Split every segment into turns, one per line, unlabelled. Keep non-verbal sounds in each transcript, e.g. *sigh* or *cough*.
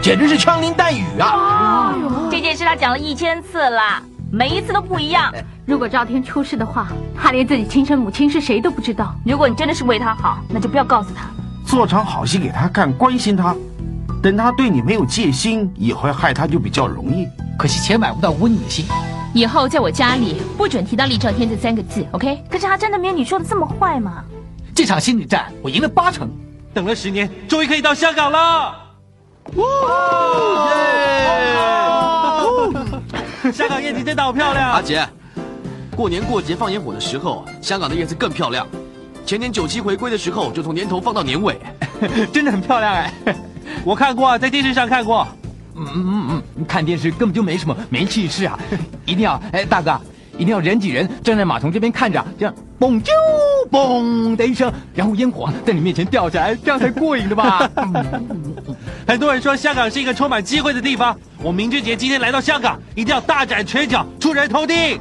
简直是枪林弹雨啊！
这件事他讲了一千次了，每一次都不一样。
*laughs* 如果赵天出事的话，他连自己亲生母亲是谁都不知道。
如果你真的是为他好，那就不要告诉他。
做场好戏给他看，关心他，等他对你没有戒心，以后害他就比较容易。
可惜钱买不到温你的心。
以后在我家里不准提到厉兆天这三个字，OK？
可是他真的没有你说的这么坏吗？
这场心理战我赢了八成。
等了十年，终于可以到香港了！ *laughs* 哇！香港夜景真的好漂
阿
亮！
杰，过年过节放烟火的时候，啊香港的夜色更漂亮。前年九七回归的时候，就从年头放到年尾。
*laughs* 真的很漂亮哎，我看过，啊在电视上看过。
嗯嗯嗯嗯，看电视根本就没什么，没气势啊！ *laughs* 一定要，哎，大哥，一定要人挤人，站在马桶这边看着，这样嘣啾嘣的一声，然后烟火啊在你面前掉下来，这样才过瘾的
*laughs*
吧？
很多人说香港是一个充满机会的地方，我明志杰今天来到香港，一定要大展拳脚，出人头地。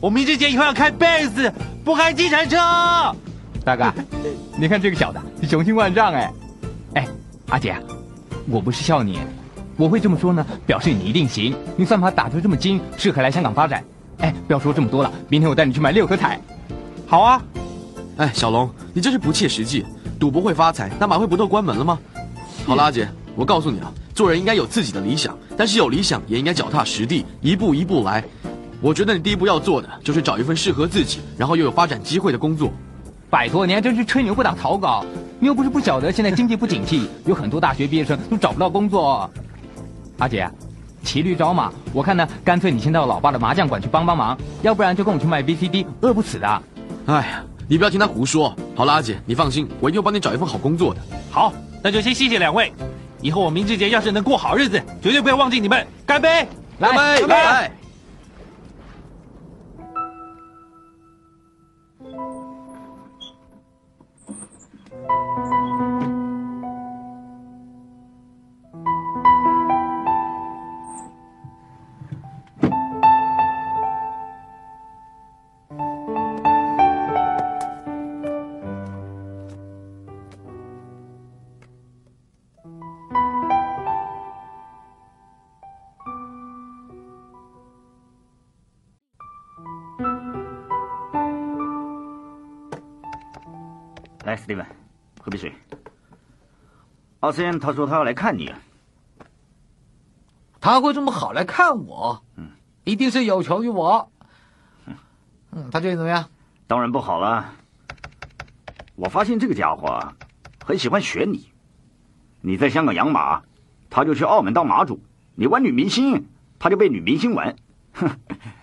我明志杰以后要开贝斯，不开计程车。
大哥，啊你看这个小子雄心万丈哎！哎，阿姐，我不是笑你，我会这么说呢，表示你一定行。你算法打得这么精，适合来香港发展。哎，不要说这么多了，明天我带你去买六合彩。
好啊，
哎，小龙，你这是不切实际。赌博会发财，那马会不都关门了吗？好
嗯
了，阿杰，我告诉你啊，做人应该有自己的理想，但是有理想也应该脚踏实地，一步一步来。我觉得你第一步要做的就是找一份适合自己，然后又有发展机会的工作。
拜托，你还真是吹牛不打草稿。你又不是不晓得，现在经济不景气，有很多大学毕业生都找不到工作。阿姐，啊骑驴找马，我看呢，干脆你先到老爸的麻将馆去帮帮忙，要不然就跟我去卖 VCD，饿不死的。
哎呀，你不要听他胡说。好了，阿姐，你放心，我一定会帮你找一份好工作的。
好，那就先谢谢两位。以后我明志杰要是能过好日子，绝对不要忘记你们。干杯！
来，
拜拜。
哎啊
来，斯蒂文，喝杯水。奥斯恩他说他要来看你，啊
他会这么好来看我，一定是有求于我。嗯，他最近怎么样？
当然不好了。我发现这个家伙啊很喜欢学你，你在香港养马，他就去澳门当马主；你玩女明星，他就被女明星玩。哼，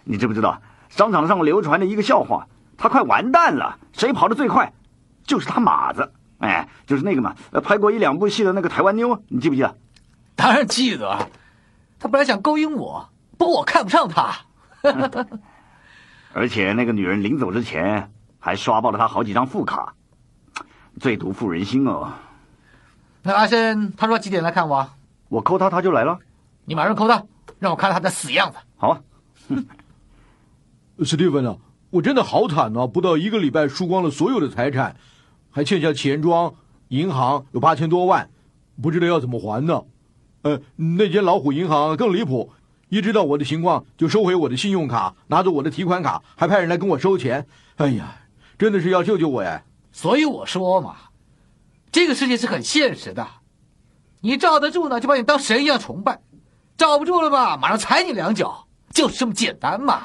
你知不知道商场上流传着一个笑话？他快完蛋了，谁跑得最快？就是他马子，哎，就是那个嘛，呃拍过一两部戏的那个台湾妞，你记不记得？
当然记得啊，他本来想勾引我，不过我看不上他。
而且那个女人临走之前还刷爆了他好几张副卡，最毒妇人心哦！
那阿深他说几点来看我？
我扣他，他就来了。
你马上扣他，让我看他的死样子。
好啊，
*laughs* 史蒂芬啊，我真的好惨啊！不到一个礼拜，输光了所有的财产，还欠下钱庄、银行有八千多万，不知道要怎么还呢。呃，那间老虎银行更离谱，一知道我的情况就收回我的信用卡，拿走我的提款卡，还派人来跟我收钱。哎呀，真的是要救救我呀！
所以我说嘛，这个世界是很现实的，你罩得住呢，就把你当神一样崇拜；罩不住了吧，马上踩你两脚，就是这么简单嘛。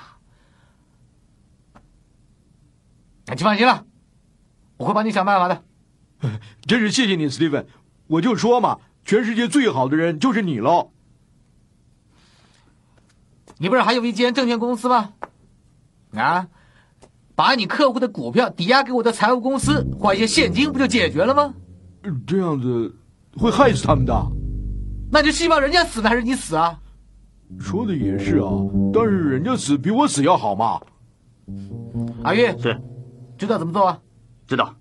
那请放心了，我会帮你想办法的。
*laughs* 真是谢谢你，史蒂芬。我就说嘛，全世界最好的人就是你喽。
你不是还有一间证券公司吗？啊，把你客户的股票抵押给我的财务公司，换一些现金，不就解决了吗？
嗯这样子会害死他们的。啊
那你希望人家死呢，还是你死啊？
说的也是啊，但是人家死比我死要好嘛。
阿玉
是，
知道怎么做啊？
知道。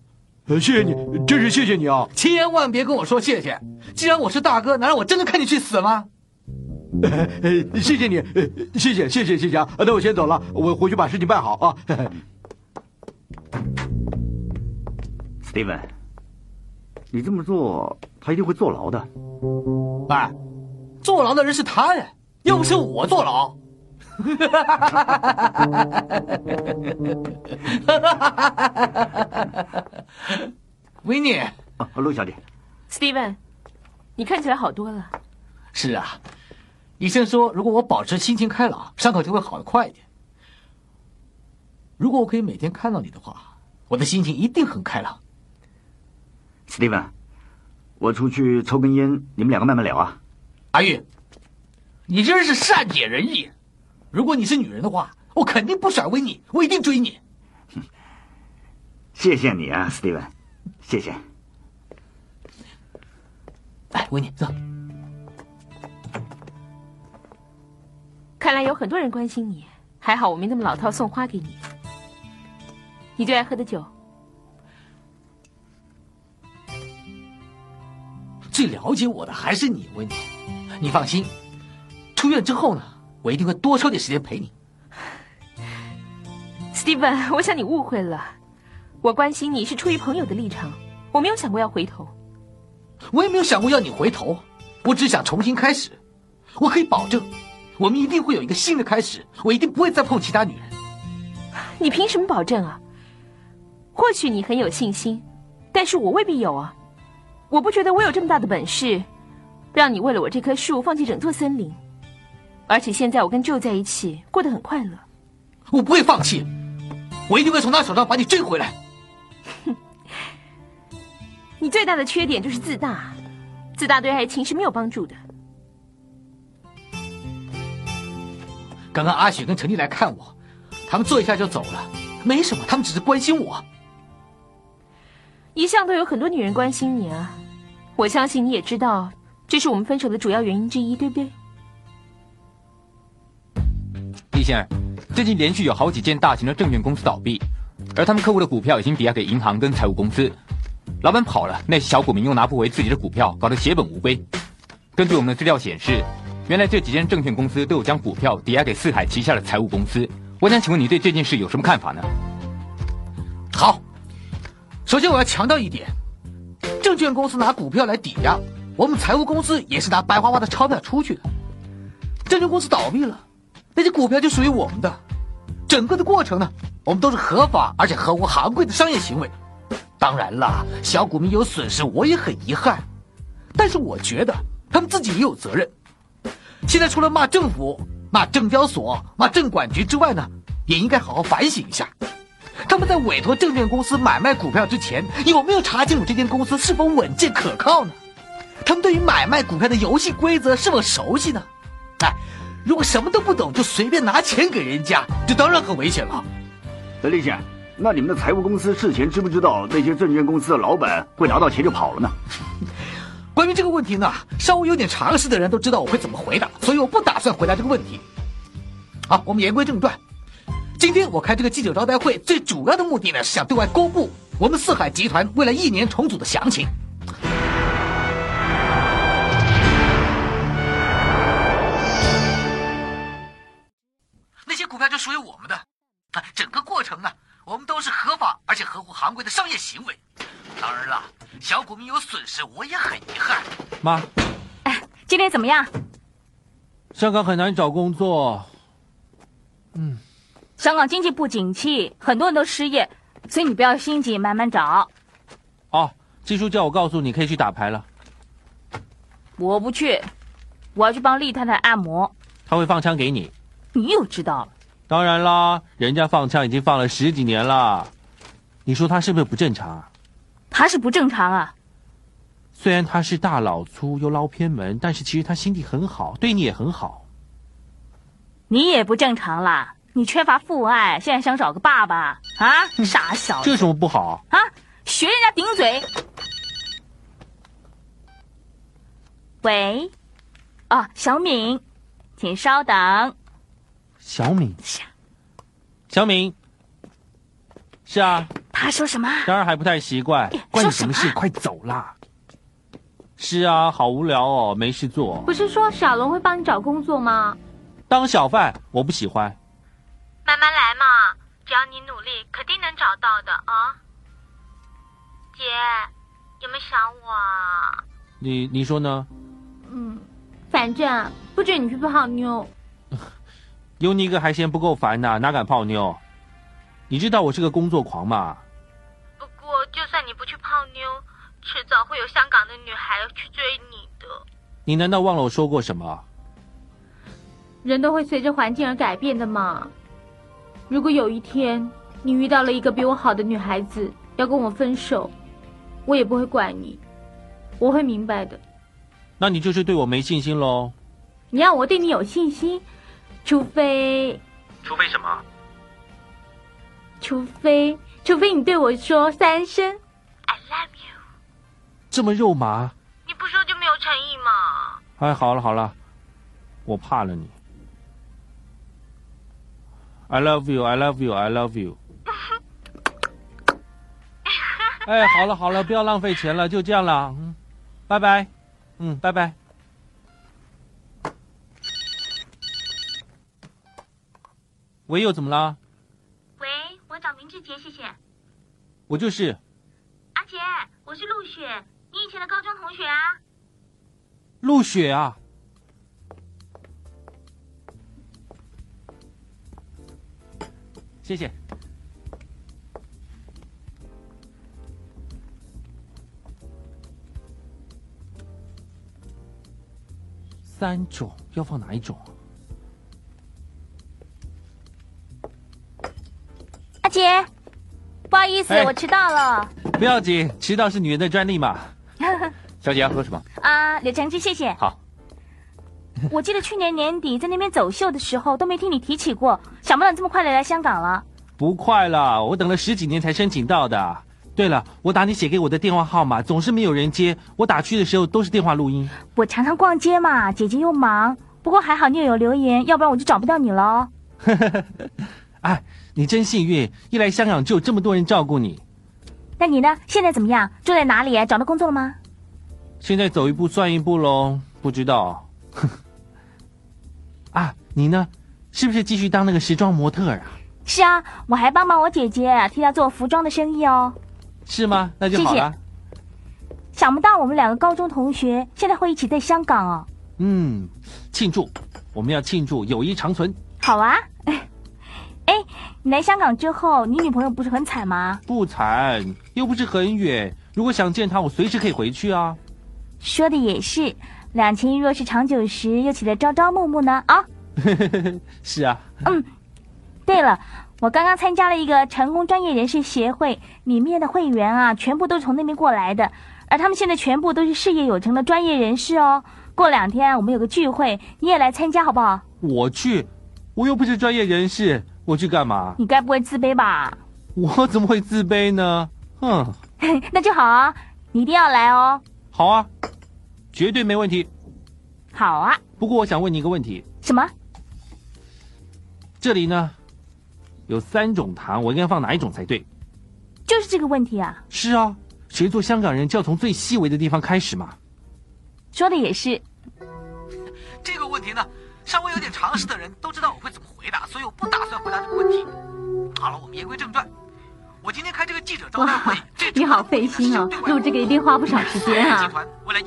呃，谢谢你，真是谢谢你啊！
千万别跟我说谢谢，既然我是大哥，难道我真的看你去死吗？
呃， *laughs* 谢谢你，呃，谢谢谢谢谢谢啊！那我先走了，我回去把事情办好啊。 *laughs*
Steven，你这么做，他一定会坐牢的。
哎，坐牢的人是他呀，又不是我坐牢。 *laughs* 维尼，
啊，陆小姐，
，Steven，你看起来好多了。
是啊，医生说如果我保持心情开朗，伤口就会好的快一点。如果我可以每天看到你的话，我的心情一定很开朗。
，Steven，我出去抽根烟，你们两个慢慢聊啊。
阿玉，你真是善解人意。如果你是女人的话，我肯定不甩威你，我一定追你。
谢谢你啊，Steven，谢谢。
哎，维尼，走。
看来有很多人关心你，还好我没那么老套送花给你。你最爱喝的酒，
最了解我的还是你，维尼。你放心，出院之后呢，我一定会多抽点时间陪你。
Steven，我想你误会了，我关心你是出于朋友的立场，我没有想过要回头。
我也没有想过要你回头，我只想重新开始。我可以保证，我们一定会有一个新的开始。我一定不会再碰其他女人。
你凭什么保证啊？或许你很有信心，但是我未必有啊。我不觉得我有这么大的本事，让你为了我这棵树放弃整座森林。而且现在我跟 Joe 在一起，过得很快乐。
我不会放弃，我一定会从他手上把你追回来。
你最大的缺点就是自大，自大对爱情是没有帮助的。
刚刚阿雪跟陈丽来看我，他们坐一下就走了，没什么，他们只是关心我。
一向都有很多女人关心你啊，我相信你也知道，这是我们分手的主要原因之一，对不对？
李先生，最近连续有好几间大型的证券公司倒闭，而他们客户的股票已经抵押给银行跟财务公司，老板跑了，那些小股民又拿不回自己的股票，搞得血本无归。根据我们的资料显示，原来这几间证券公司都有将股票抵押给四海旗下的财务公司。我想请问你对这件事有什么看法呢？
好，首先我要强调一点，证券公司拿股票来抵押，我们财务公司也是拿白花花的钞票出去的。证券公司倒闭了，那些股票就属于我们的。整个的过程呢，我们都是合法而且合乎行规的商业行为。当然啦，小股民有损失，我也很遗憾，但是我觉得他们自己也有责任。现在除了骂政府、骂证交所、骂证管局之外呢，也应该好好反省一下。他们在委托证券公司买卖股票之前，有没有查清楚这间公司是否稳健可靠呢？他们对于买卖股票的游戏规则是否熟悉呢？哎，如果什么都不懂就随便拿钱给人家，这当然很危险了。
哎，立宪，那你们的财务公司事前知不知道那些证券公司的老板会拿到钱就跑了呢？
关于这个问题呢，稍微有点常识的人都知道我会怎么回答，所以我不打算回答这个问题。好，我们言归正传，今天我开这个记者招待会，最主要的目的呢是想对外公布我们四海集团未来一年重组的详情。那些股票就属于我们的，啊，整个过程呢，我们都是合法而且合乎行规的商业行为。当然了，小股民有损失，我也很遗憾。
妈，
今天怎么样？
香港很难找工作。嗯，
香港经济不景气，很多人都失业，所以你不要心急，慢慢找。
哦，支书叫我告诉你，可以去打牌了。
我不去，我要去帮厉太太按摩。
他会放枪给你。
你又知道了？
当然啦，人家放枪已经放了十几年了。你说他是不是不正常啊？
他是不正常啊！
虽然他是大老粗又捞偏门，但是其实他心地很好，对你也很好。
你也不正常啦，你缺乏父爱，现在想找个爸爸啊？傻小
这有
子
什么不好？
啊！学人家顶嘴。喂，
哦
啊，小敏，请稍等。
小敏，
啊
小敏，是啊，
他说什么？哎
当然还不太习惯，关你什么事？快走啦！是啊，好无聊哦，没事做，
不是说小龙会帮你找工作吗？
当小贩我不喜欢。
慢慢来嘛，只要你努力，肯定能找到的啊。姐，有没有想我啊？
你你说呢？
嗯，反正不准你去泡妞。
有你一个还嫌不够烦呐、哪敢泡妞？你知道我是个工作狂嘛？
不过就算你不去泡妞，迟早会有香港的女孩去追你的。
你难道忘了我说过什么？
人都会随着环境而改变的嘛。如果有一天你遇到了一个比我好的女孩子，要跟我分手，我也不会怪你，我会明白的。
那你就是对我没信心喽？
你让我对你有信心，除非，
除非什么？
除非，除非你对我说三声。
这么肉麻？
你不说就没有诚意嘛？
哎，好了好了，我怕了你。I love you, I love you, I love you。哎，好了好了，不要浪费钱了，就这样了，嗯，拜拜，嗯，拜拜。喂，又怎么了？
喂，我找明志杰，谢谢。
我就是
阿杰，我是陆雪，你以前的高中同学啊。
陆雪啊。谢谢。三种要放哪一种？啊
阿杰，不好意思，
哎
我迟到了。
不要紧，迟到是女人的专利嘛。小姐要喝什么？
*laughs* 啊，柳橙汁，谢谢。
好。
我记得去年年底在那边走秀的时候都没听你提起过，想不到你这么快的来香港了。
不快了，我等了十几年才申请到的。对了，我打你写给我的电话号码总是没有人接，我打去的时候都是电话录音。
我常常逛街嘛，姐姐又忙，不过还好你有留言，要不然我就找不到你了哦。
哎你真幸运，一来香港就有这么多人照顾你。
那你呢？现在怎么样？住在哪里？啊找到工作了吗？
现在走一步算一步喽，不知道。 *laughs* 啊，你呢？是不是继续当那个时装模特儿啊？
是啊，我还帮忙我姐姐，替她做服装的生意哦。
是吗？那就好了。
谢想不到我们两个高中同学现在会一起在香港哦。
嗯，庆祝，我们要庆祝友谊长存。
好啊， *laughs* 哎，你来香港之后，你女朋友不是很惨吗？
不惨，又不是很远。如果想见他，我随时可以回去啊。 *laughs*
说的也是，两情若是长久时，又岂得朝朝暮暮呢？啊，嗯
是啊，
对了，我刚刚参加了一个成功专业人士协会，里面的会员啊，全部都是从那边过来的，而他们现在全部都是事业有成的专业人士哦。过两天我们有个聚会，你也来参加好不好？
我去，我又不是专业人士，我去干嘛？
你该不会自卑吧？ *laughs*
我怎么会自卑呢？哼，
那就好啊，你一定要来哦。
好啊，绝对没问题。
好啊，
不过我想问你一个问题，
什么？
这里呢，有三种糖，我应该放哪一种才对？
就是这个问题啊。
是啊，谁做香港人就要从最细微的地方开始嘛。
说的也是，
这个问题呢，稍微有点常识的人都知道我会怎么回答，所以我不打算回答这个问题。好了，我们言归正传。我今天开这个记者招待会，
你好费心哦，录这个一定花不少时间啊。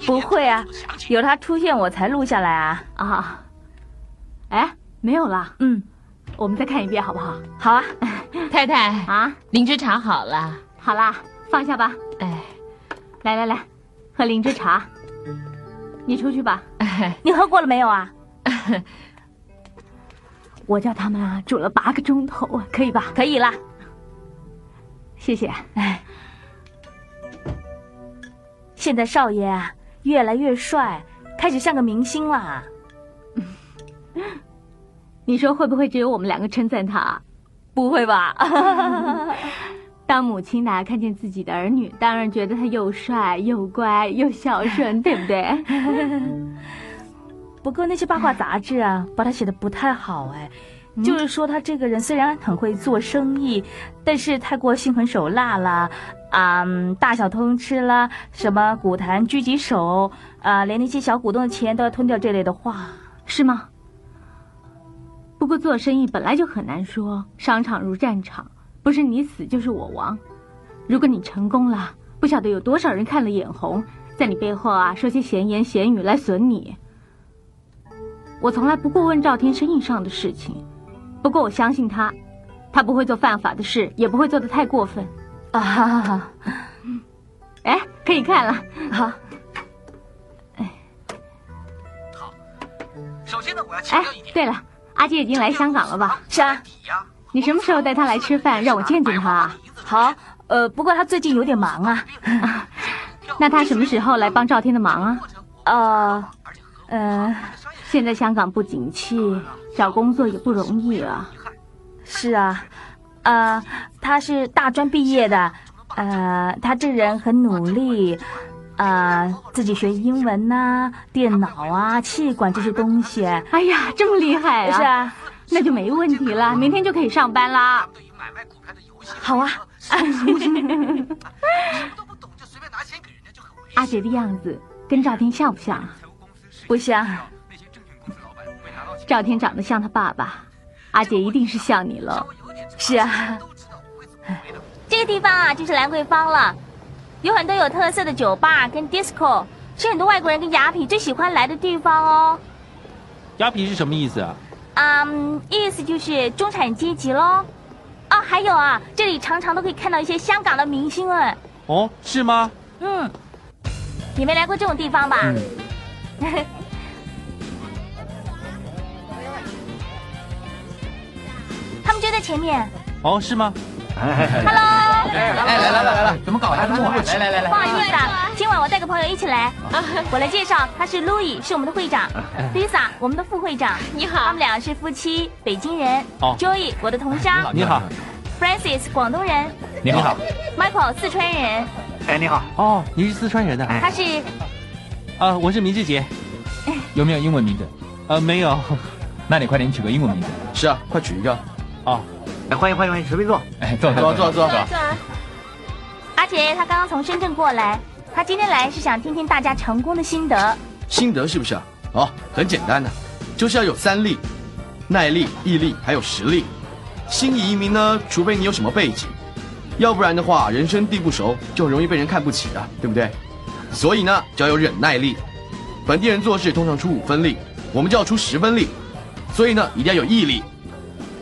不会啊，有他出现我才录下来啊。
啊，哎，没有了。
嗯，
我们再看一遍好不好？
好啊，
*laughs* 太太
啊，
灵芝茶好了。
好啦，放下吧。
哎，
来来来，喝灵芝茶。你出去吧。
哎
你喝过了没有
*laughs*
啊？
我叫他们啊，煮了八个钟头啊，可以吧？
可以啦。
谢谢。哎，
现在少爷啊，越来越帅，开始像个明星啊啦。
*laughs* 你说会不会只有我们两个称赞他、啊？
不会吧？ *laughs*
当母亲呢，看见自己的儿女，当然觉得他又帅又乖又孝
*laughs*
顺，对不对？
不过那些八卦杂志啊，把他写的不太好哎。就是说，他这个人虽然很会做生意，但是太过心狠手辣啦，啊、嗯，大小通吃啦，什么股坛狙击手啊、呃，连那些小股东的钱都要吞掉这类的话，
是吗？不过做生意本来就很难说，商场如战场，不是你死就是我亡。如果你成功了，不晓得有多少人看了眼红，在你背后啊说些闲言闲语来损你。我从来不过问赵天生意上的事情。不过我相信他，他不会做犯法的事，也不会做的太过分。
啊，好好好，
哎，可以看了。
好，
哎，
好。首先呢，我要强调一点。
对了，阿杰已经来香港了吧？
是啊。
你什么时候带他来吃饭，让我见见他啊？
好，呃，不过他最近有点忙啊。
啊 *laughs* 那他什么时候来帮赵天的忙啊？
呃，呃，
现在香港不景气。找工作也不容易啊！
是啊，呃，他是大专毕业的，呃，他这人很努力，呃，自己学英文呐、啊、电脑啊、气管这些东西。
哎呀，这么厉害啊！
是啊，
那就没问题了，明天就可以上班啦。
好啊！
阿杰的样子跟赵天像不像？
不像。
赵天长得像他爸爸，阿杰一定是像你了。
是啊，这个地方啊就是兰桂坊了，有很多有特色的酒吧跟 disco，是很多外国人跟雅痞最喜欢来的地方哦。
雅痞是什么意思啊？
嗯，意思就是中产阶级喽。啊，还有啊，这里常常都可以看到一些香港的明星哎。
哦，是吗？
嗯，你没来过这种地方吧？嗯 *laughs* 他们就在前面。
哦，是吗
？Hello，
哎，来来来来，怎么搞的？来来来来，
不好意思啊，今晚我带个朋友一起来。啊我来介绍，他是 Louis，是我们的会长；Lisa，我们的副会长。
你好，
他们俩是夫妻，北京人。
哦
，Joey，我的同乡。
你好
，Francis，广东人。
你好
，Michael，四川人。
哎，你好。
哦，你是四川人的。
他是。
啊，我是明志杰。
有没有英文名字？
呃，没有。
哦那你快点取个英文名字。
是啊，快取一个。
哦，
哎，欢迎欢迎欢迎，随便坐。
哎，坐坐
坐坐坐。
阿杰他刚刚从深圳过来，他今天来是想听听大家成功的心得。
心得是不是啊？哦，很简单的，就是要有三力：耐力、毅力，还有实力。心移移民呢，除非你有什么背景，要不然的话，人生地不熟，就很容易被人看不起啊，对不对？所以呢，就要有忍耐力。本地人做事通常出五分力，我们就要出十分力，所以呢，一定要有毅力。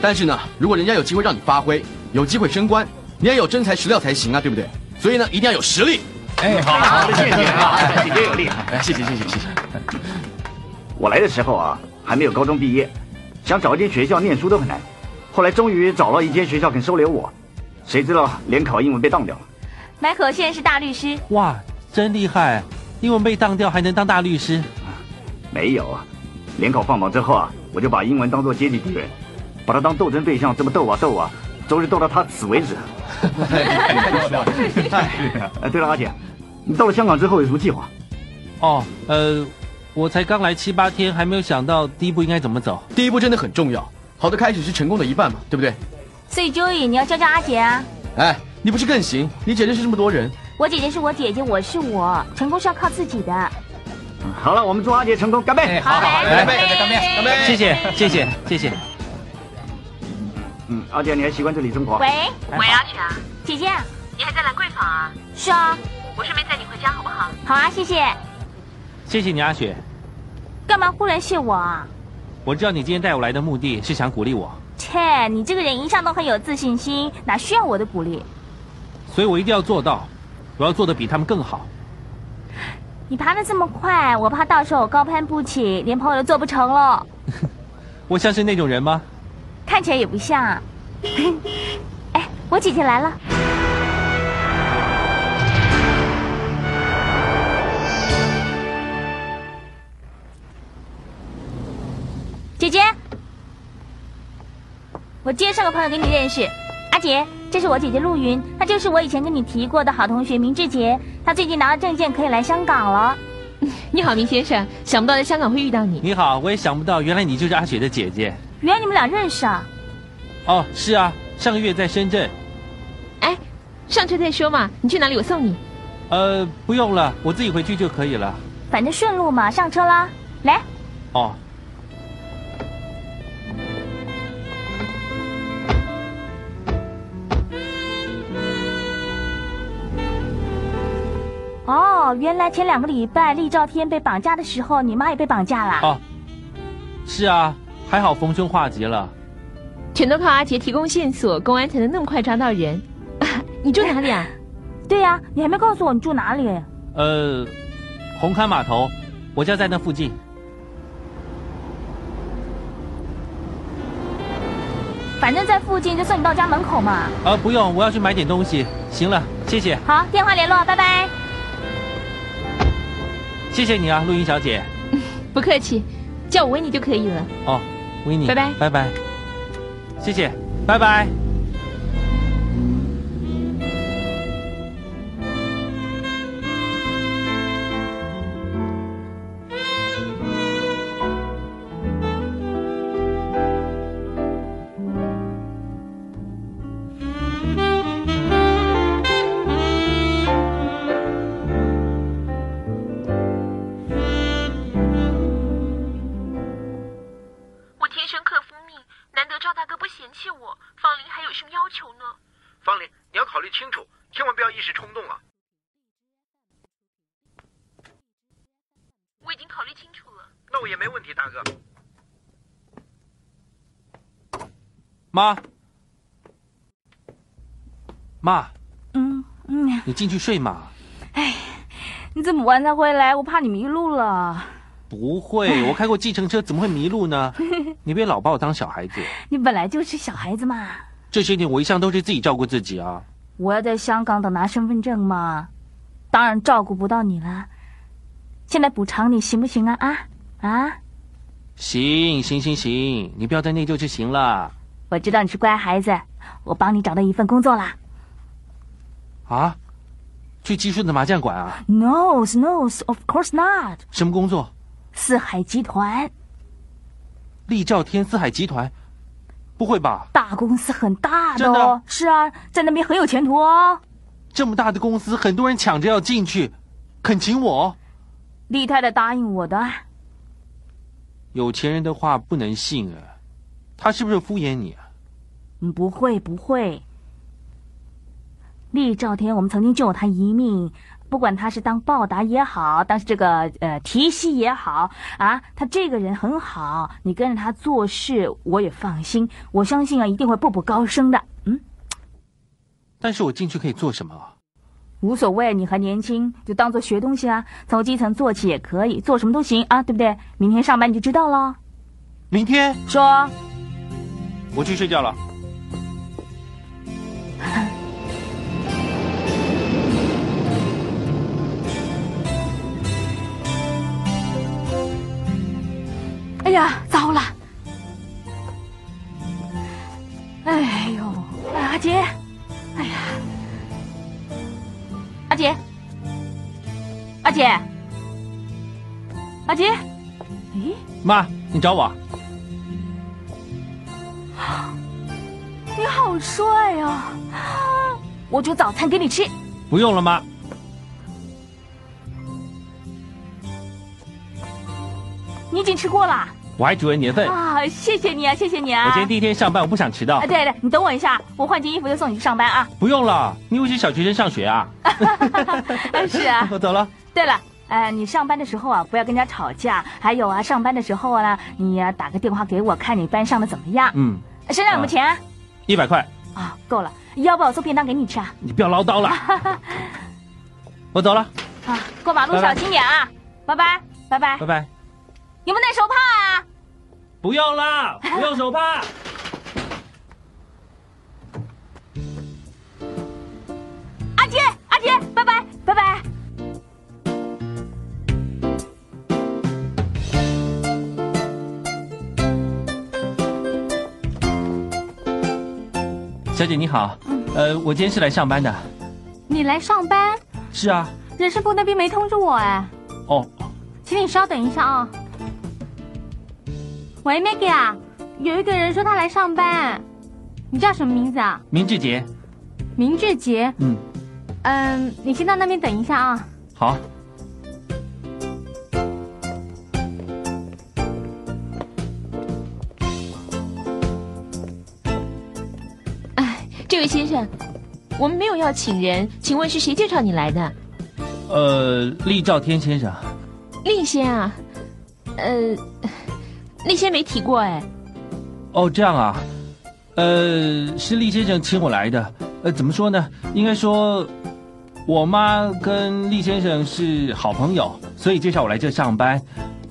但是呢，如果人家有机会让你发挥，有机会升官，你要有真材实料才行啊，对不对？所以呢，一定要有实力。
哎，好，好，谢谢啊，你真有力。
哎，谢谢，谢谢，谢谢。
我来的时候啊，还没有高中毕业，想找一间学校念书都很难。后来终于找到一间学校肯收留我，谁知道联考英文被当掉了。
迈克现在是大律师。
哇，真厉害！英文被当掉还能当大律师？
没有啊，联考放榜之后啊，我就把英文当做阶级敌人。把他当斗争对象，这么斗啊斗啊，总是斗到他死为止。哎，对了，阿姐，你到了香港之后有什么计划？
哦，呃，我才刚来七八天，还没有想到第一步应该怎么走。
第一步真的很重要，好的开始是成功的一半嘛，对不对？
所以 Joey，你要教教阿杰啊。
哎，你不是更行？你姐认识这么多人，
我姐姐是我姐姐，我是我，成功是要靠自己的。
好了，我们祝阿
*laughs*
杰成功，干杯！
好好好
干杯干杯干杯干杯谢谢谢谢
谢谢。嗯，阿杰，你还习惯这里生活？嗯
喂，
喂，阿雪啊，
哎姐姐，
你还在兰桂坊啊？
是啊，
我顺便载你回家好不好？
好啊，谢谢。
谢谢你，阿雪。
干嘛忽然谢我啊？
我知道你今天带我来的目的是想鼓励我，
切，你这个人一向都很有自信心，哪需要我的鼓励？
所以我一定要做到，我要做的比他们更好。
你爬得这么快，我怕到时候我高攀不起，连朋友都做不成了。
我像是那种人吗？
看起来也不像。啊 *laughs* 哎，我姐姐来了。姐姐，我介绍个朋友给你认识，阿杰，这是我姐姐陆云，她就是我以前跟你提过的好同学明志杰，她最近拿了证件可以来香港了。
*laughs* 你好，明先生，想不到在香港会遇到你。
你好，我也想不到，原来你就是阿雪的姐姐。
原来你们俩认识啊？
哦，是啊，上个月在深圳。
哎，上车再说嘛，你去哪里我送你。
呃，不用了，我自己回去就可以了。
反正顺路嘛，哦上车啦，来。
哦，
哦，原来前两个礼拜厉兆天被绑架的时候，你妈也被绑架了。
哦，是啊，还好逢凶化吉了。
全都靠阿杰提供线索，公安才能那么快抓到人。 *laughs* 你住哪里 *laughs* 啊？
对呀、你还没告诉我你住哪里。
呃，红磡码头，我家在那附近。
反正在附近，就送你到家门口嘛。
啊，不用，我要去买点东西。行了，谢谢，
好，电话联络，拜拜。
谢谢你啊，陆云小姐。
不客气，叫我维尼就可以了。
哦，维尼，
拜拜
拜拜，谢谢，拜拜。
我天生克夫命，难得赵大哥不嫌弃我，方玲还有什么要求呢？
方玲，你要考虑清楚，千万不要一时冲动啊！
我已经考虑清楚了。
那我也没问题，大哥。
妈，妈，
嗯嗯，
你进去睡嘛。
你这么晚才回来，我怕你迷路了。
不会，我开过计程车，怎么会迷路呢？你别老把我当小孩子。
*laughs* 你本来就是小孩子嘛。
这些年我一向都是自己照顾自己啊。
我要在香港等拿身份证嘛，当然照顾不到你啦。现在补偿你行不行啊？啊啊！
行行行行，你不要再内疚就行了。
我知道你是乖孩子，我帮你找到一份工作啦。
啊，去基顺的麻将馆啊？
No, no, of course not。
什么工作？
四海集团
利兆天四海集团？不会吧？
大公司很大的
真
哦
的，
是啊，在那边很有前途哦。
这么大的公司，很多人抢着要进去，恳请我。
厉太太答应我的，
有钱人的话不能信啊，他是不是敷衍你啊？
嗯不会不会。厉兆天，我们曾经救了他一命，不管他是当报答也好，当这个呃提携也好啊，他这个人很好，你跟着他做事，我也放心。我相信啊，一定会步步高升的。嗯，
但是我进去可以做什么啊？
无所谓，你还年轻，就当做学东西啊，从基层做起也可以，做什么都行啊，对不对？明天上班你就知道了。
明天
说，
我去睡觉了。
哎呀，糟了！哎呦，哎阿杰，哎呀，阿杰，阿杰，阿杰，哎
妈，你找我啊？
你
你好帅哦！
啊我煮早餐给你吃。
不用了吗？
你已经吃过了
我还主人年份。我
啊！谢谢你啊，谢谢你啊！
今天第一天上班，我不想迟到
啊，。对对，你等我一下，我换件衣服就送你去上班
*laughs*
啊！
不用了，你以为是小学生上学啊？，
啊是啊
*laughs* 我走了。
对了，呃，你上班的时候啊，不要跟人家吵架。还有啊，上班的时候呢，你呀、打个电话给我，看你班上的怎么样。
嗯，
身上有没有钱啊？
一百块，
啊，够了，要不要我送便当给你吃啊？
你不要唠叨了。
*laughs*
我走了，
啊，过马路
拜拜
小心点啊！拜拜，拜拜。
拜拜。
有没有带手帕啊？
不用啦，不用手帕。
阿杰，阿杰，拜拜，拜拜。
小姐你好，呃，我今天是来上班的。
你来上班，
是啊，
人事部那边没通知我哎，
哦，
请你稍等一下啊、喂，Maggie 啊，有一个人说他来上班，你叫什么名字啊？
明志杰，
明志杰。
嗯。
嗯，你先到那边等一下啊。
好，
这位先生，我们没有要请人，请问是谁介绍你来的？
呃，厉兆天先生，
令先啊，呃，令先没提过哎。
哦，这样啊，呃，是厉先生请我来的。呃，怎么说呢？应该说，我妈跟厉先生是好朋友，所以介绍我来这上班。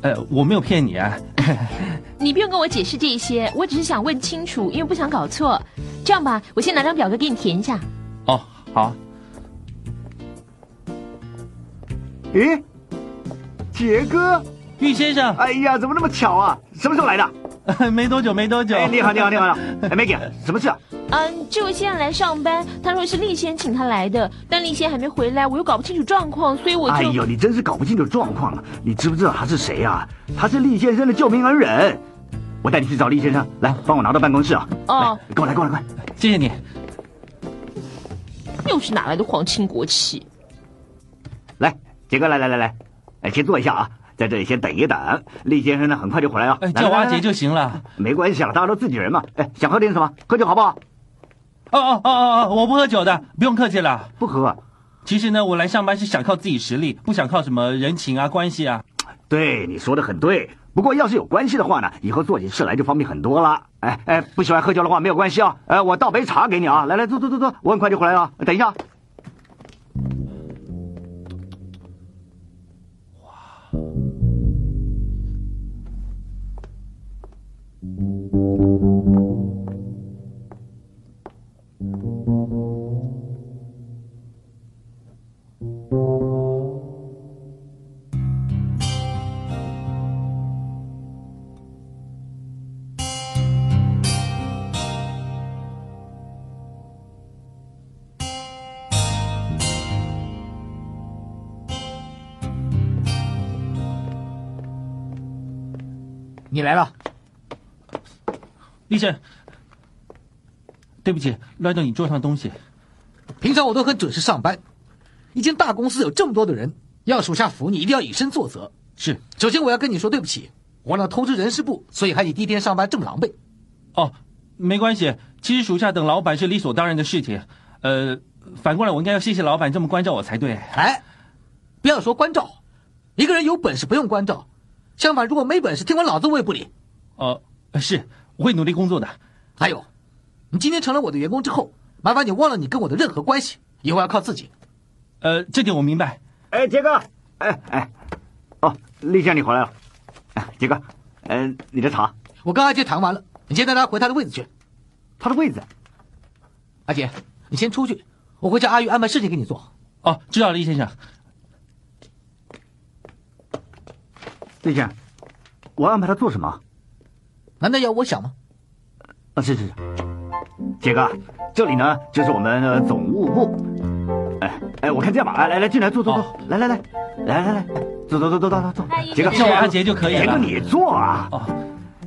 呃，我没有骗你啊。 *laughs*
你不用跟我解释这些，我只是想问清楚，因为不想搞错。这样吧，我先拿张表格给你填一下。
哦，好。
咦，杰哥，
玉先生，
哎呀，怎么那么巧啊？什么时候来
的？ *laughs* 没多久，没多久。
哎，你好，你好，你好，你好。哎，Maggie，什么事啊？
嗯，这位先生来上班，他说是立先请他来的，但立先还没回来，我又搞不清楚状况，所以我就……
哎呦，你真是搞不清楚状况啊！你知不知道他是谁啊？他是厉先生的救命恩人。我带你去找厉先生，来，帮我拿到办公室啊！
哦，
跟我来，跟我来，快！
谢谢你。哎
又是哪来的皇亲国戚？
来，杰哥，来来来来，哎，先坐一下啊，在这里先等一等。厉先生呢，很快就回来了。啊
哎，
来
叫我阿
来来
杰就行了。
没关系了，大家都自己人嘛。哎，想喝点什么？喝酒好不好？
哦哦哦哦哦，我不喝酒的，不用客气了。
不喝。
其实呢，我来上班是想靠自己实力，不想靠什么人情啊、关系啊。
对，你说的很对。不过要是有关系的话呢，以后做起事来就方便很多了。哎哎，不喜欢喝酒的话没有关系啊。哎，我倒杯茶给你啊。来来，坐坐坐坐，我很快就回来了。等一下。
你来了，
立正。对不起，乱动你桌上东西。
平常我都很准时上班。一间大公司有这么多的人，要属下服你，一定要以身作则。
是，
首先我要跟你说对不起，我呢通知人事部，所以害你第一天上班这么狼狈。
哦，没关系，其实属下等老板是理所当然的事情。呃，反过来我应该要谢谢老板这么关照我才对。
哎，不要说关照，一个人有本事不用关照，相反如果没本事，听完老子我也不理。
哦、是，我会努力工作的。
还有，你今天成了我的员工之后，麻烦你忘了你跟我的任何关系，以后要靠自己。
呃，这点我明白。
哎，杰哥，哎哎，哦，立夏你回来了。哎，杰哥，嗯、你的茶。
我跟阿杰谈完了，你先带他回他的位子去。
他的位子？
阿杰，你先出去，我会叫阿玉安排事情给你做。
哦，知道了，易先生。
立夏，我安排他做什么？
难道要我想吗？
啊，是是是。杰哥，这里呢就是我们的总务部。哎哎，我看这样吧，哎来来进来坐坐坐，
哦
来来来，来来来，坐坐坐坐坐坐坐。杰哥，
叫我阿杰就可以了哦
杰哥，你坐啊。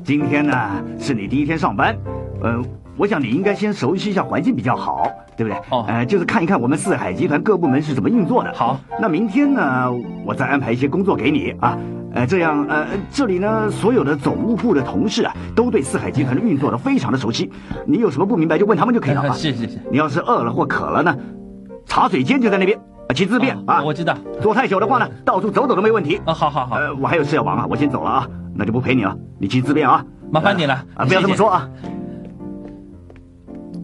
今天呢是你第一天上班，嗯，我想你应该先熟悉一下环境比较好，对不对？哦，呃，就是看一看我们四海集团各部门是怎么运作的。
好，
那明天呢，我再安排一些工作给你啊。呃，这样，呃，这里呢，所有的总务部的同事啊，都对四海集团的运作的非常的熟悉。你有什么不明白就问他们就可以了啊。
*laughs* 谢谢谢。
你要是饿了或渴了呢，茶水间就在那边，啊请自便啊。
我知道。
坐太久的话呢，到处走走都没问题。
啊，好好好。
呃，我还有事要忙啊，我先走了啊，那就不陪你了，你请自便啊。
麻烦你了
啊，不要这么说啊。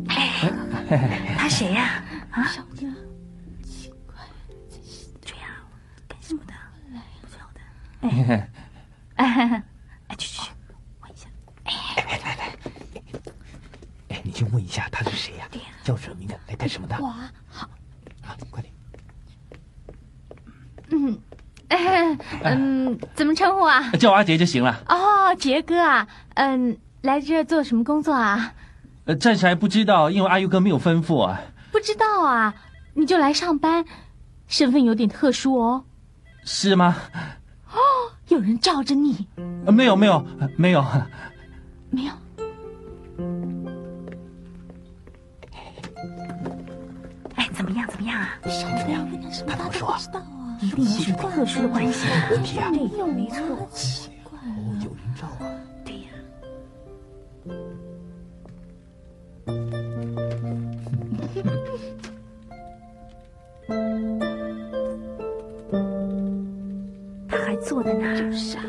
*laughs*
他谁呀？啊，这样干什么的？哎，去去去，问一下。
哎，你去问一下他是谁呀、叫什么名字？
哎
来干什么的？
我
啊，
好，
快点。
*laughs* 嗯， *laughs* 哎嗯，怎么称呼啊？
叫我阿杰就行了。
哦，杰哥啊，嗯，来这做什么工作啊？
呃，暂时还不知道，因为阿优哥没有吩咐啊。
不知道啊，你就来上班，身份有点特殊哦。
是吗？
哦，有人罩着你，
呃没有没有呃没有，
没有？
哎，怎么样？怎么样啊？
什么呀？他怎么说？
啊
一定有什么特殊的关系啊？
问题啊
对，没错。
哦，有人照啊。
对呀、哎 *laughs* 他还坐在那儿。就是啊。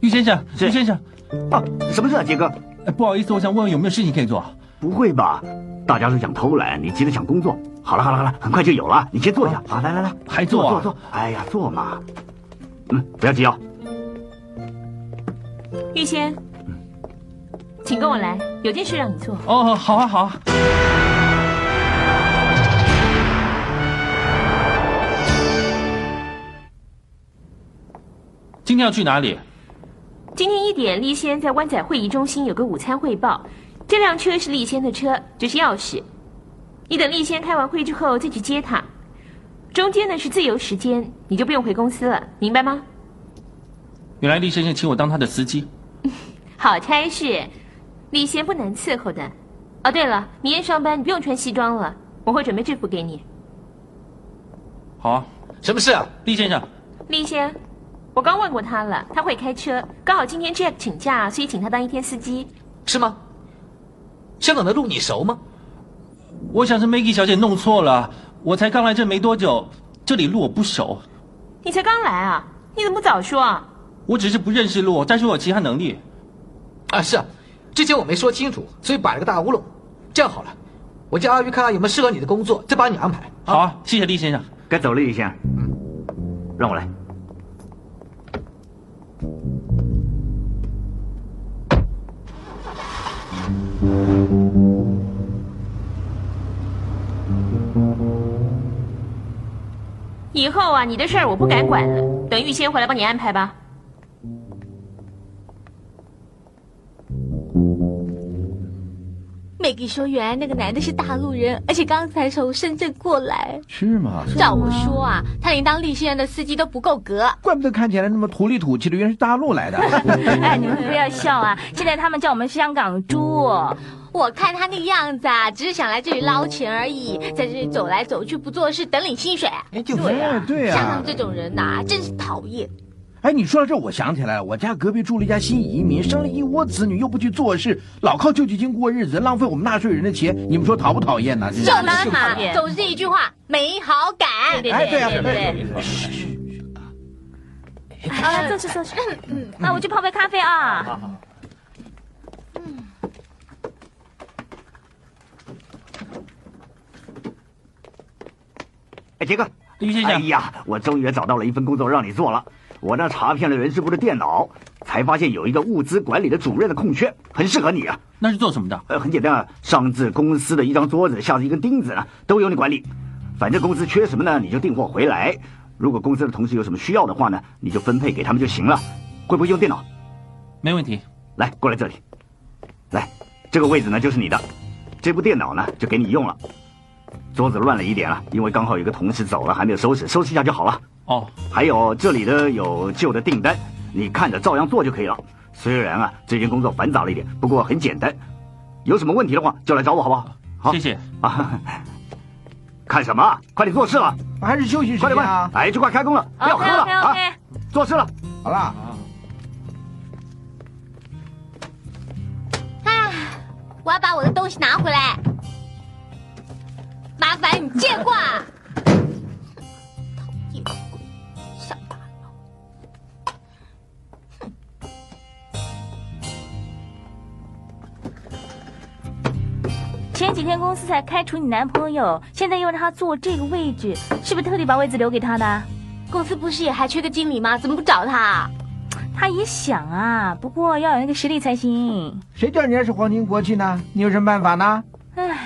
玉先生，玉先生，呃
啊，什么事啊，杰哥？
不好意思，我想问问有没有事情可以做？啊
不会吧？大家都想偷懒，你急着抢工作。好了好了好了，很快就有了，你先坐
啊
下。好，来来来，
还
坐
坐啊
坐坐。哎呀，坐嘛。嗯，不要急啊。
玉仙，请跟我来，有件事让你做。
哦，好啊，好啊。今天要去哪里？
今天一点，立先在湾仔会议中心有个午餐汇报。这辆车是立先的车，这是钥匙。你等立先开完会之后再去接他。中间呢是自由时间，你就不用回公司了，明白吗？
原来厉先生请我当他的司机。
好差事，立先不难伺候的。哦，对了，明天上班你不用穿西装了，我会准备制服给你。
好啊，
什么事啊？
厉先生，
立先，我刚问过他了，他会开车，刚好今天 Jack 请假，所以请他当一天司机。
是吗？香港的路你熟吗？
我想是 Maggie 小姐弄错了，我才刚来这没多久，这里路我不熟，
你才刚来啊？你怎么不早说啊？
我只是不认识路，但是我有其他能力。
啊，是啊，之前我没说清楚，所以摆了个大乌龙。这样好了，我叫阿玉看看有没有适合你的工作，再帮你安排。
好啊，谢谢厉先生。
该走了，李先生。嗯，让我来。
以后啊，你的事儿我不敢管了，等玉仙回来帮你安排吧。
*laughs* 美给说，原来那个男的是大陆人，而且刚才从深圳过来。
是吗？
照我说啊，他连当立新人的司机都不
*laughs*
够格。
怪不得看起来那么土里土气的，原来是大陆来的。
*laughs*
哎，你们不要笑啊！现在他们叫我们香港猪。
哦我看他那个样子啊，只是想来这里捞钱而已，在这里走来走去不做事，等领薪水。哎，
就是
对
哎
啊，
对啊
像他们这种人呐、真是讨厌。
哎，你说到这，我想起来了，我家隔壁住了一家新移民，生了一窝子女，又不去做事，老靠救济金过日子，浪费我们纳税人的钱，你们说讨不讨厌呢、这
这妈妈总是一句话，没好感。
哎，对呀、
对对。
啊，坐是坐是。那我去泡杯咖啡啊。
哎，杰哥，
于先
生，哎呀，我终于找到了一份工作让你做了。我呢查遍了人事部的电脑，才发现有一个物资管理的主任的空缺，很适合你啊。
那是做什么的？
呃，很简单啊，上至公司的一张桌子，下至一根钉子呢，都由你管理。反正公司缺什么呢，你就订货回来。如果公司的同事有什么需要的话呢，你就分配给他们就行了。会不会用电脑？
没问题。
来，过来这里。来，这个位置呢就是你的，这部电脑呢就给你用了。桌子乱了一点了，因为刚好有个同事走了，还没有收拾，收拾一下就好了。
哦，
还有这里的有旧的订单，你看着照样做就可以了。虽然啊，最近工作繁杂了一点，不过很简单。有什么问题的话，就来找我，好不好？好，谢
谢
啊。看什么？快点做事了，
还是休息时
快
间
点
啊
快！！哎，就快开工了，不要喝了啊！做事了，
好啦。
我要把我的东西拿回来，麻烦你借过啊。
前几天公司才开除你男朋友，现在又让他坐这个位置，是不是特地把位子留给他的？
公司不是也还缺个经理吗？怎么不找他啊？
他也想啊，不过要有那个实力才行。
谁叫人家是皇亲国戚呢？你有什么办法呢？
唉，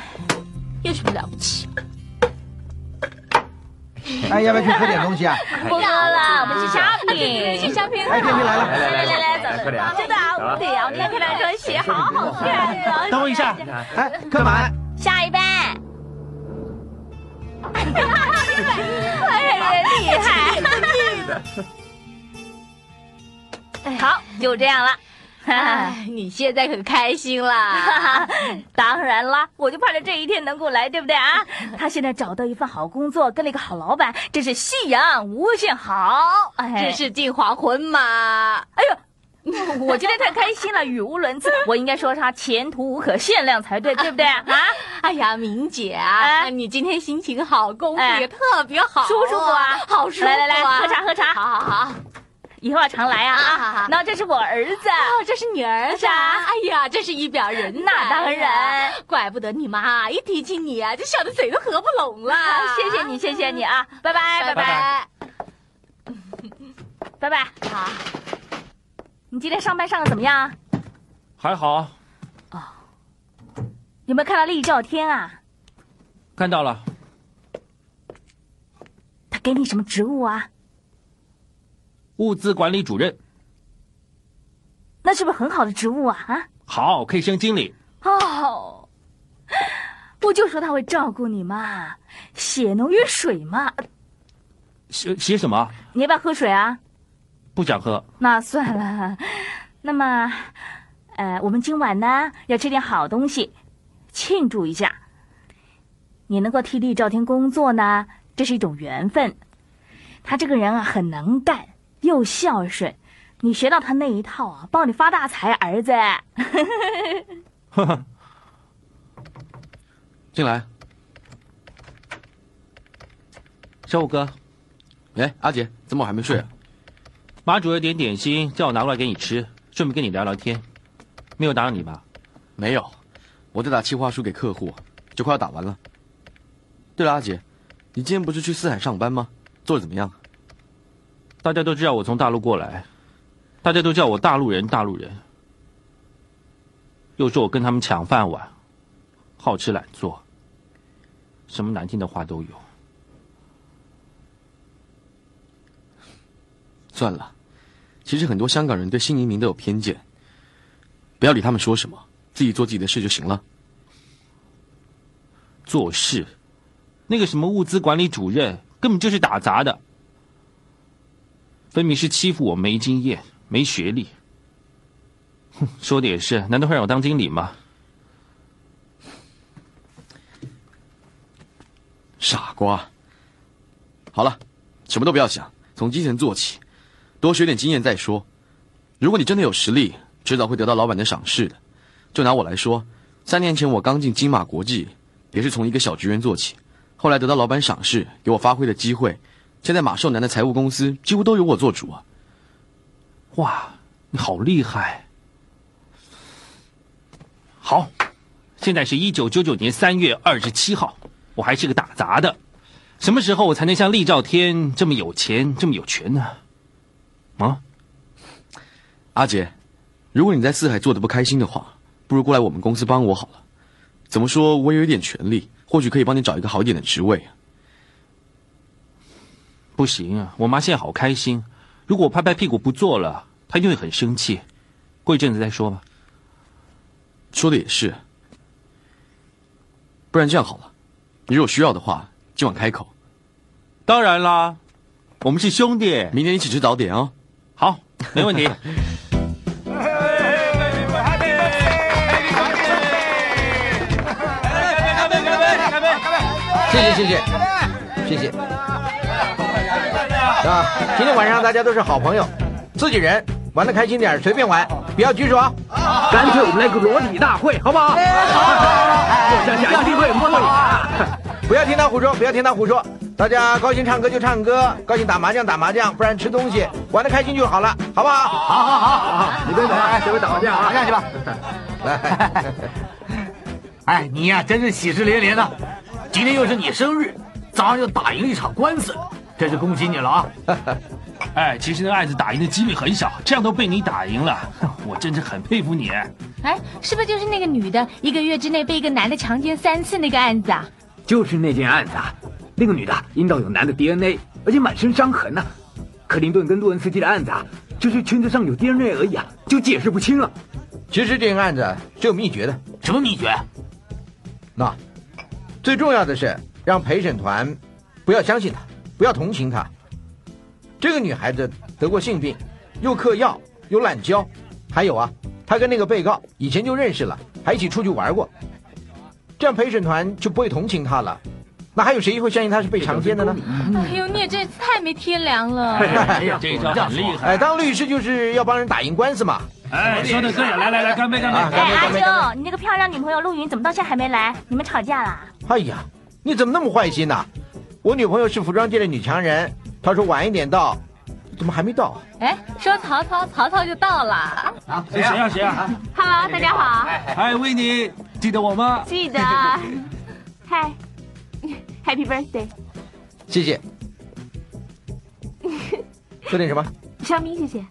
有什么了不起？
哎，要不要去喝点东西啊？
不要了，我们去 shopping，
对对对去 shopping
哎，天平来了，
来来来来
来，快点啊
真的啊，我得啊，我看看那双鞋好好看啊！
等我一下，哎，
Dạ.
干嘛？
下一班。哎，厉害！
哎
好，就这样了。
*laughs*
哎，你现在可开心啦！
当然啦，我就盼着这一天能够来，对不对啊？他现在找到一份好工作，跟了一个好老板，真是夕阳无限好。哎，
这是进黄昏嘛？
哎呦， *laughs* 我我今天太开心了，语无伦次。我应该说他前途无可限量 *laughs* 才对，对不对啊？
哎呀，明姐啊，你今天心情好，功夫
哎
也特别好啊，
舒不舒服啊？
好舒服啊！
来来来，喝茶喝茶。
好好好。
以后要常来啊！
啊好好
那这是我儿子，
哦，这是你儿子啊！
是啊
哎呀，真是一表人才啊
那当
哎
然，
怪不得你妈一提起你啊，就笑得嘴都合不拢了。
啊谢谢你，谢谢你啊！拜拜，拜
拜
拜， *laughs* 拜拜。啊
好，
你今天上班上的怎么样啊？
还好，
有没有看到厉兆天啊？
看到了，
他给你什么职务啊？
物资管理主任，
那是不是很好的职务啊？啊？
好，可以升经理。
哦，我就说他会照顾你嘛，血浓于水嘛。
写写什么？
你要不要喝水啊？
不想喝。
那算了。那么，呃，我们今晚呢要吃点好东西，庆祝一下。你能够替厉兆天工作呢，这是一种缘分。他这个人啊，很能干，又孝顺。你学到他那一套啊，帮你发大财，
*laughs*
儿子。
哎
进来，
小五哥，
哎，阿杰，怎么我还没睡啊？
马主任点点心，叫我拿过来给你吃，顺便跟你聊聊天。没有打扰你吧？
没有，我在打企划书给客户，就快要打完了。对了，阿杰，你今天不是去四海上班吗？做的怎么样？
大家都知道我从大陆过来，大家都叫我大陆人，大陆人。又说我跟他们抢饭碗，好吃懒做，什么难听的话都有。
算了，其实很多香港人对新移民都有偏见，不要理他们说什么，自己做自己的事就行了。
做事，那个什么物资管理主任根本就是打杂的，分明是欺负我没经验、没学历。哼，说的也是，难道会让我当经理吗？
傻瓜。好了，什么都不要想，从基层做起，多学点经验再说。如果你真的有实力，迟早会得到老板的赏识的。就拿我来说，三年前我刚进金马国际，也是从一个小职员做起，后来得到老板赏识，给我发挥的机会。现在马寿南的财务公司几乎都由我做主啊！
哇，你好厉
啊
害！好，现在是一九九九年三月二十七号，我还是个打杂的，什么时候我才能像厉兆天这么有钱、这么有权呢？啊，
阿杰，如果你在四海做的不开心的话，不如过来我们公司帮我好了。怎么说，我也有一点权利，或许可以帮你找一个好一点的职位。
不行啊，我妈现在好开心，如果我拍拍屁股不做了，她一定会很生气。过一阵子再说吧。
说的也是。不然这样好了，你如果需要的话，今晚开口。
当然啦，我们是兄弟，
明天一起吃早点哦。
好，没问
*laughs*
题。
谢谢谢谢谢谢。啊，今天晚上大家都是好朋友，自己人玩的开心点儿，随便玩，不要拘束啊。干脆我们来个裸体大会，好不好？我想想一定会摸到你。不要听他胡说，不要听他胡说，大家高兴唱歌就唱歌，高兴打麻将打麻将，不然吃东西，玩的开心就好了，好不好？好好好好，你别走，随便打麻将啊，下去吧。来，
*laughs*
哎，你呀、真是喜事连连呐、今天又是你生日，早上就打赢了一场官司，真是恭喜你了啊！
哎，其实那个案子打赢的几率很小，这样都被你打赢了，哼我真是很佩服你。
哎，是不是就是那个女的，一个月之内被一个男的强奸三次那个案子啊？
就是那件案子，啊，那个女的阴道有男的 DNA，而且满身伤痕呢、克林顿跟洛恩斯基的案子啊，就是圈子上有 DNA 而已啊，就解释不清了。
其实这个案子啊是有秘诀的。
什么秘诀？啊
那最重要的是让陪审团不要相信她，不要同情她。这个女孩子得过性病，又嗑药，又滥交，还有啊，她跟那个被告以前就认识了，还一起出去玩过。这样陪审团就不会同情她了。那还有谁会相信她是被强奸的呢？
哎呦，你也真是太没天良了！
*laughs*
这招很厉害
哎，当律师就是要帮人打赢官司嘛。
哎，说的对，来来来，干杯干杯！
啊干
哎，
杯
阿
干杯！干
九，你那个漂亮女朋友陆云怎么到现在还没来？你们吵架啦？
杯哎呀，你怎么那么坏心呐、我女朋友是服装界的女强人，她说晚一点到，怎么还没到？啊
哎，说曹操，曹操就到了。啊
哎谁呀、谁呀、啊？
？Hello，大家好。
哎，维尼，记得我吗？
记
*laughs*
得。
嗨
，Happy birthday，
谢谢。喝点什么？
香槟，谢谢。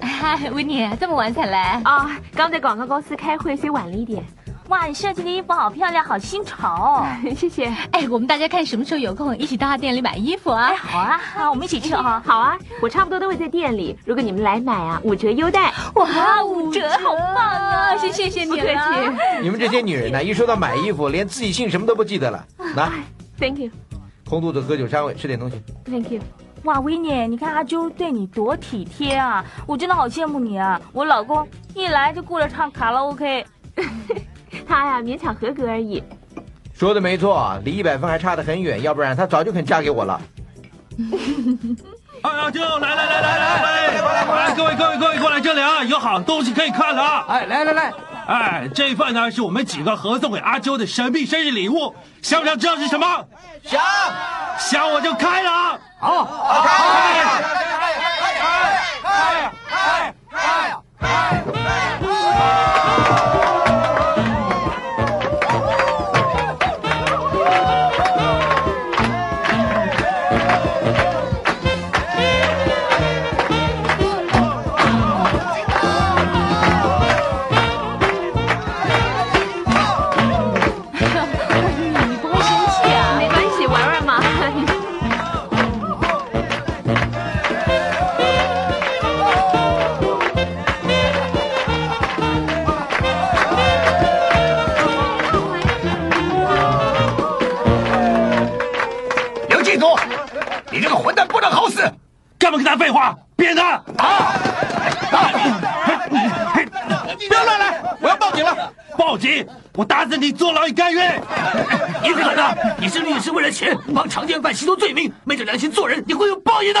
嗨，*laughs*
哎
维尼，这么晚才来？
哦，刚在广告公司开会，所以晚了一点。
哇，你设计的衣服好漂亮，好新 *laughs* 潮哦！
谢谢。
哎，我们大家看什么时候有空，一起到他店里买衣服啊！哎，好
啊，我们一起去啊！
好啊，我差不多都会在店里。如果你们来买啊，五折优待。
哇，五折，好棒啊！谢谢谢
不
你
客
了。
气。
你们这些女人呢、一说到买衣服，连自己姓什么都不记得了。来，
Thank you，
空肚子喝酒伤胃，吃点东西。
Thank you。
哇，维尼，你看阿啾对你多体贴啊！我真的好羡慕你啊！我老公一来就顾着唱卡拉 OK， *laughs*
他呀勉强合格而已。
说的没错，啊离一百分还差得很远，要不然她早就肯嫁给我了。
哎呀，就来来来来来来，来各位各位各位过来这里啊，有好东西可以看了啊！哎，来来来，哎，这一份呢是我们几个合送给阿啾的神秘生日礼物，想不想知道是什么？想，想我就开了啊！好，开！
你不会生气啊？没关系，玩玩嘛。
刘继祖，你这个混蛋不能好死！
干嘛跟他废话？扁他！
啊打！啊
不要乱来！我要报警了！报警！我打死你，坐牢也甘愿！
你个狠的！你是律师，为了钱帮强奸犯洗脱罪名，昧着良心做人，你会有报应的！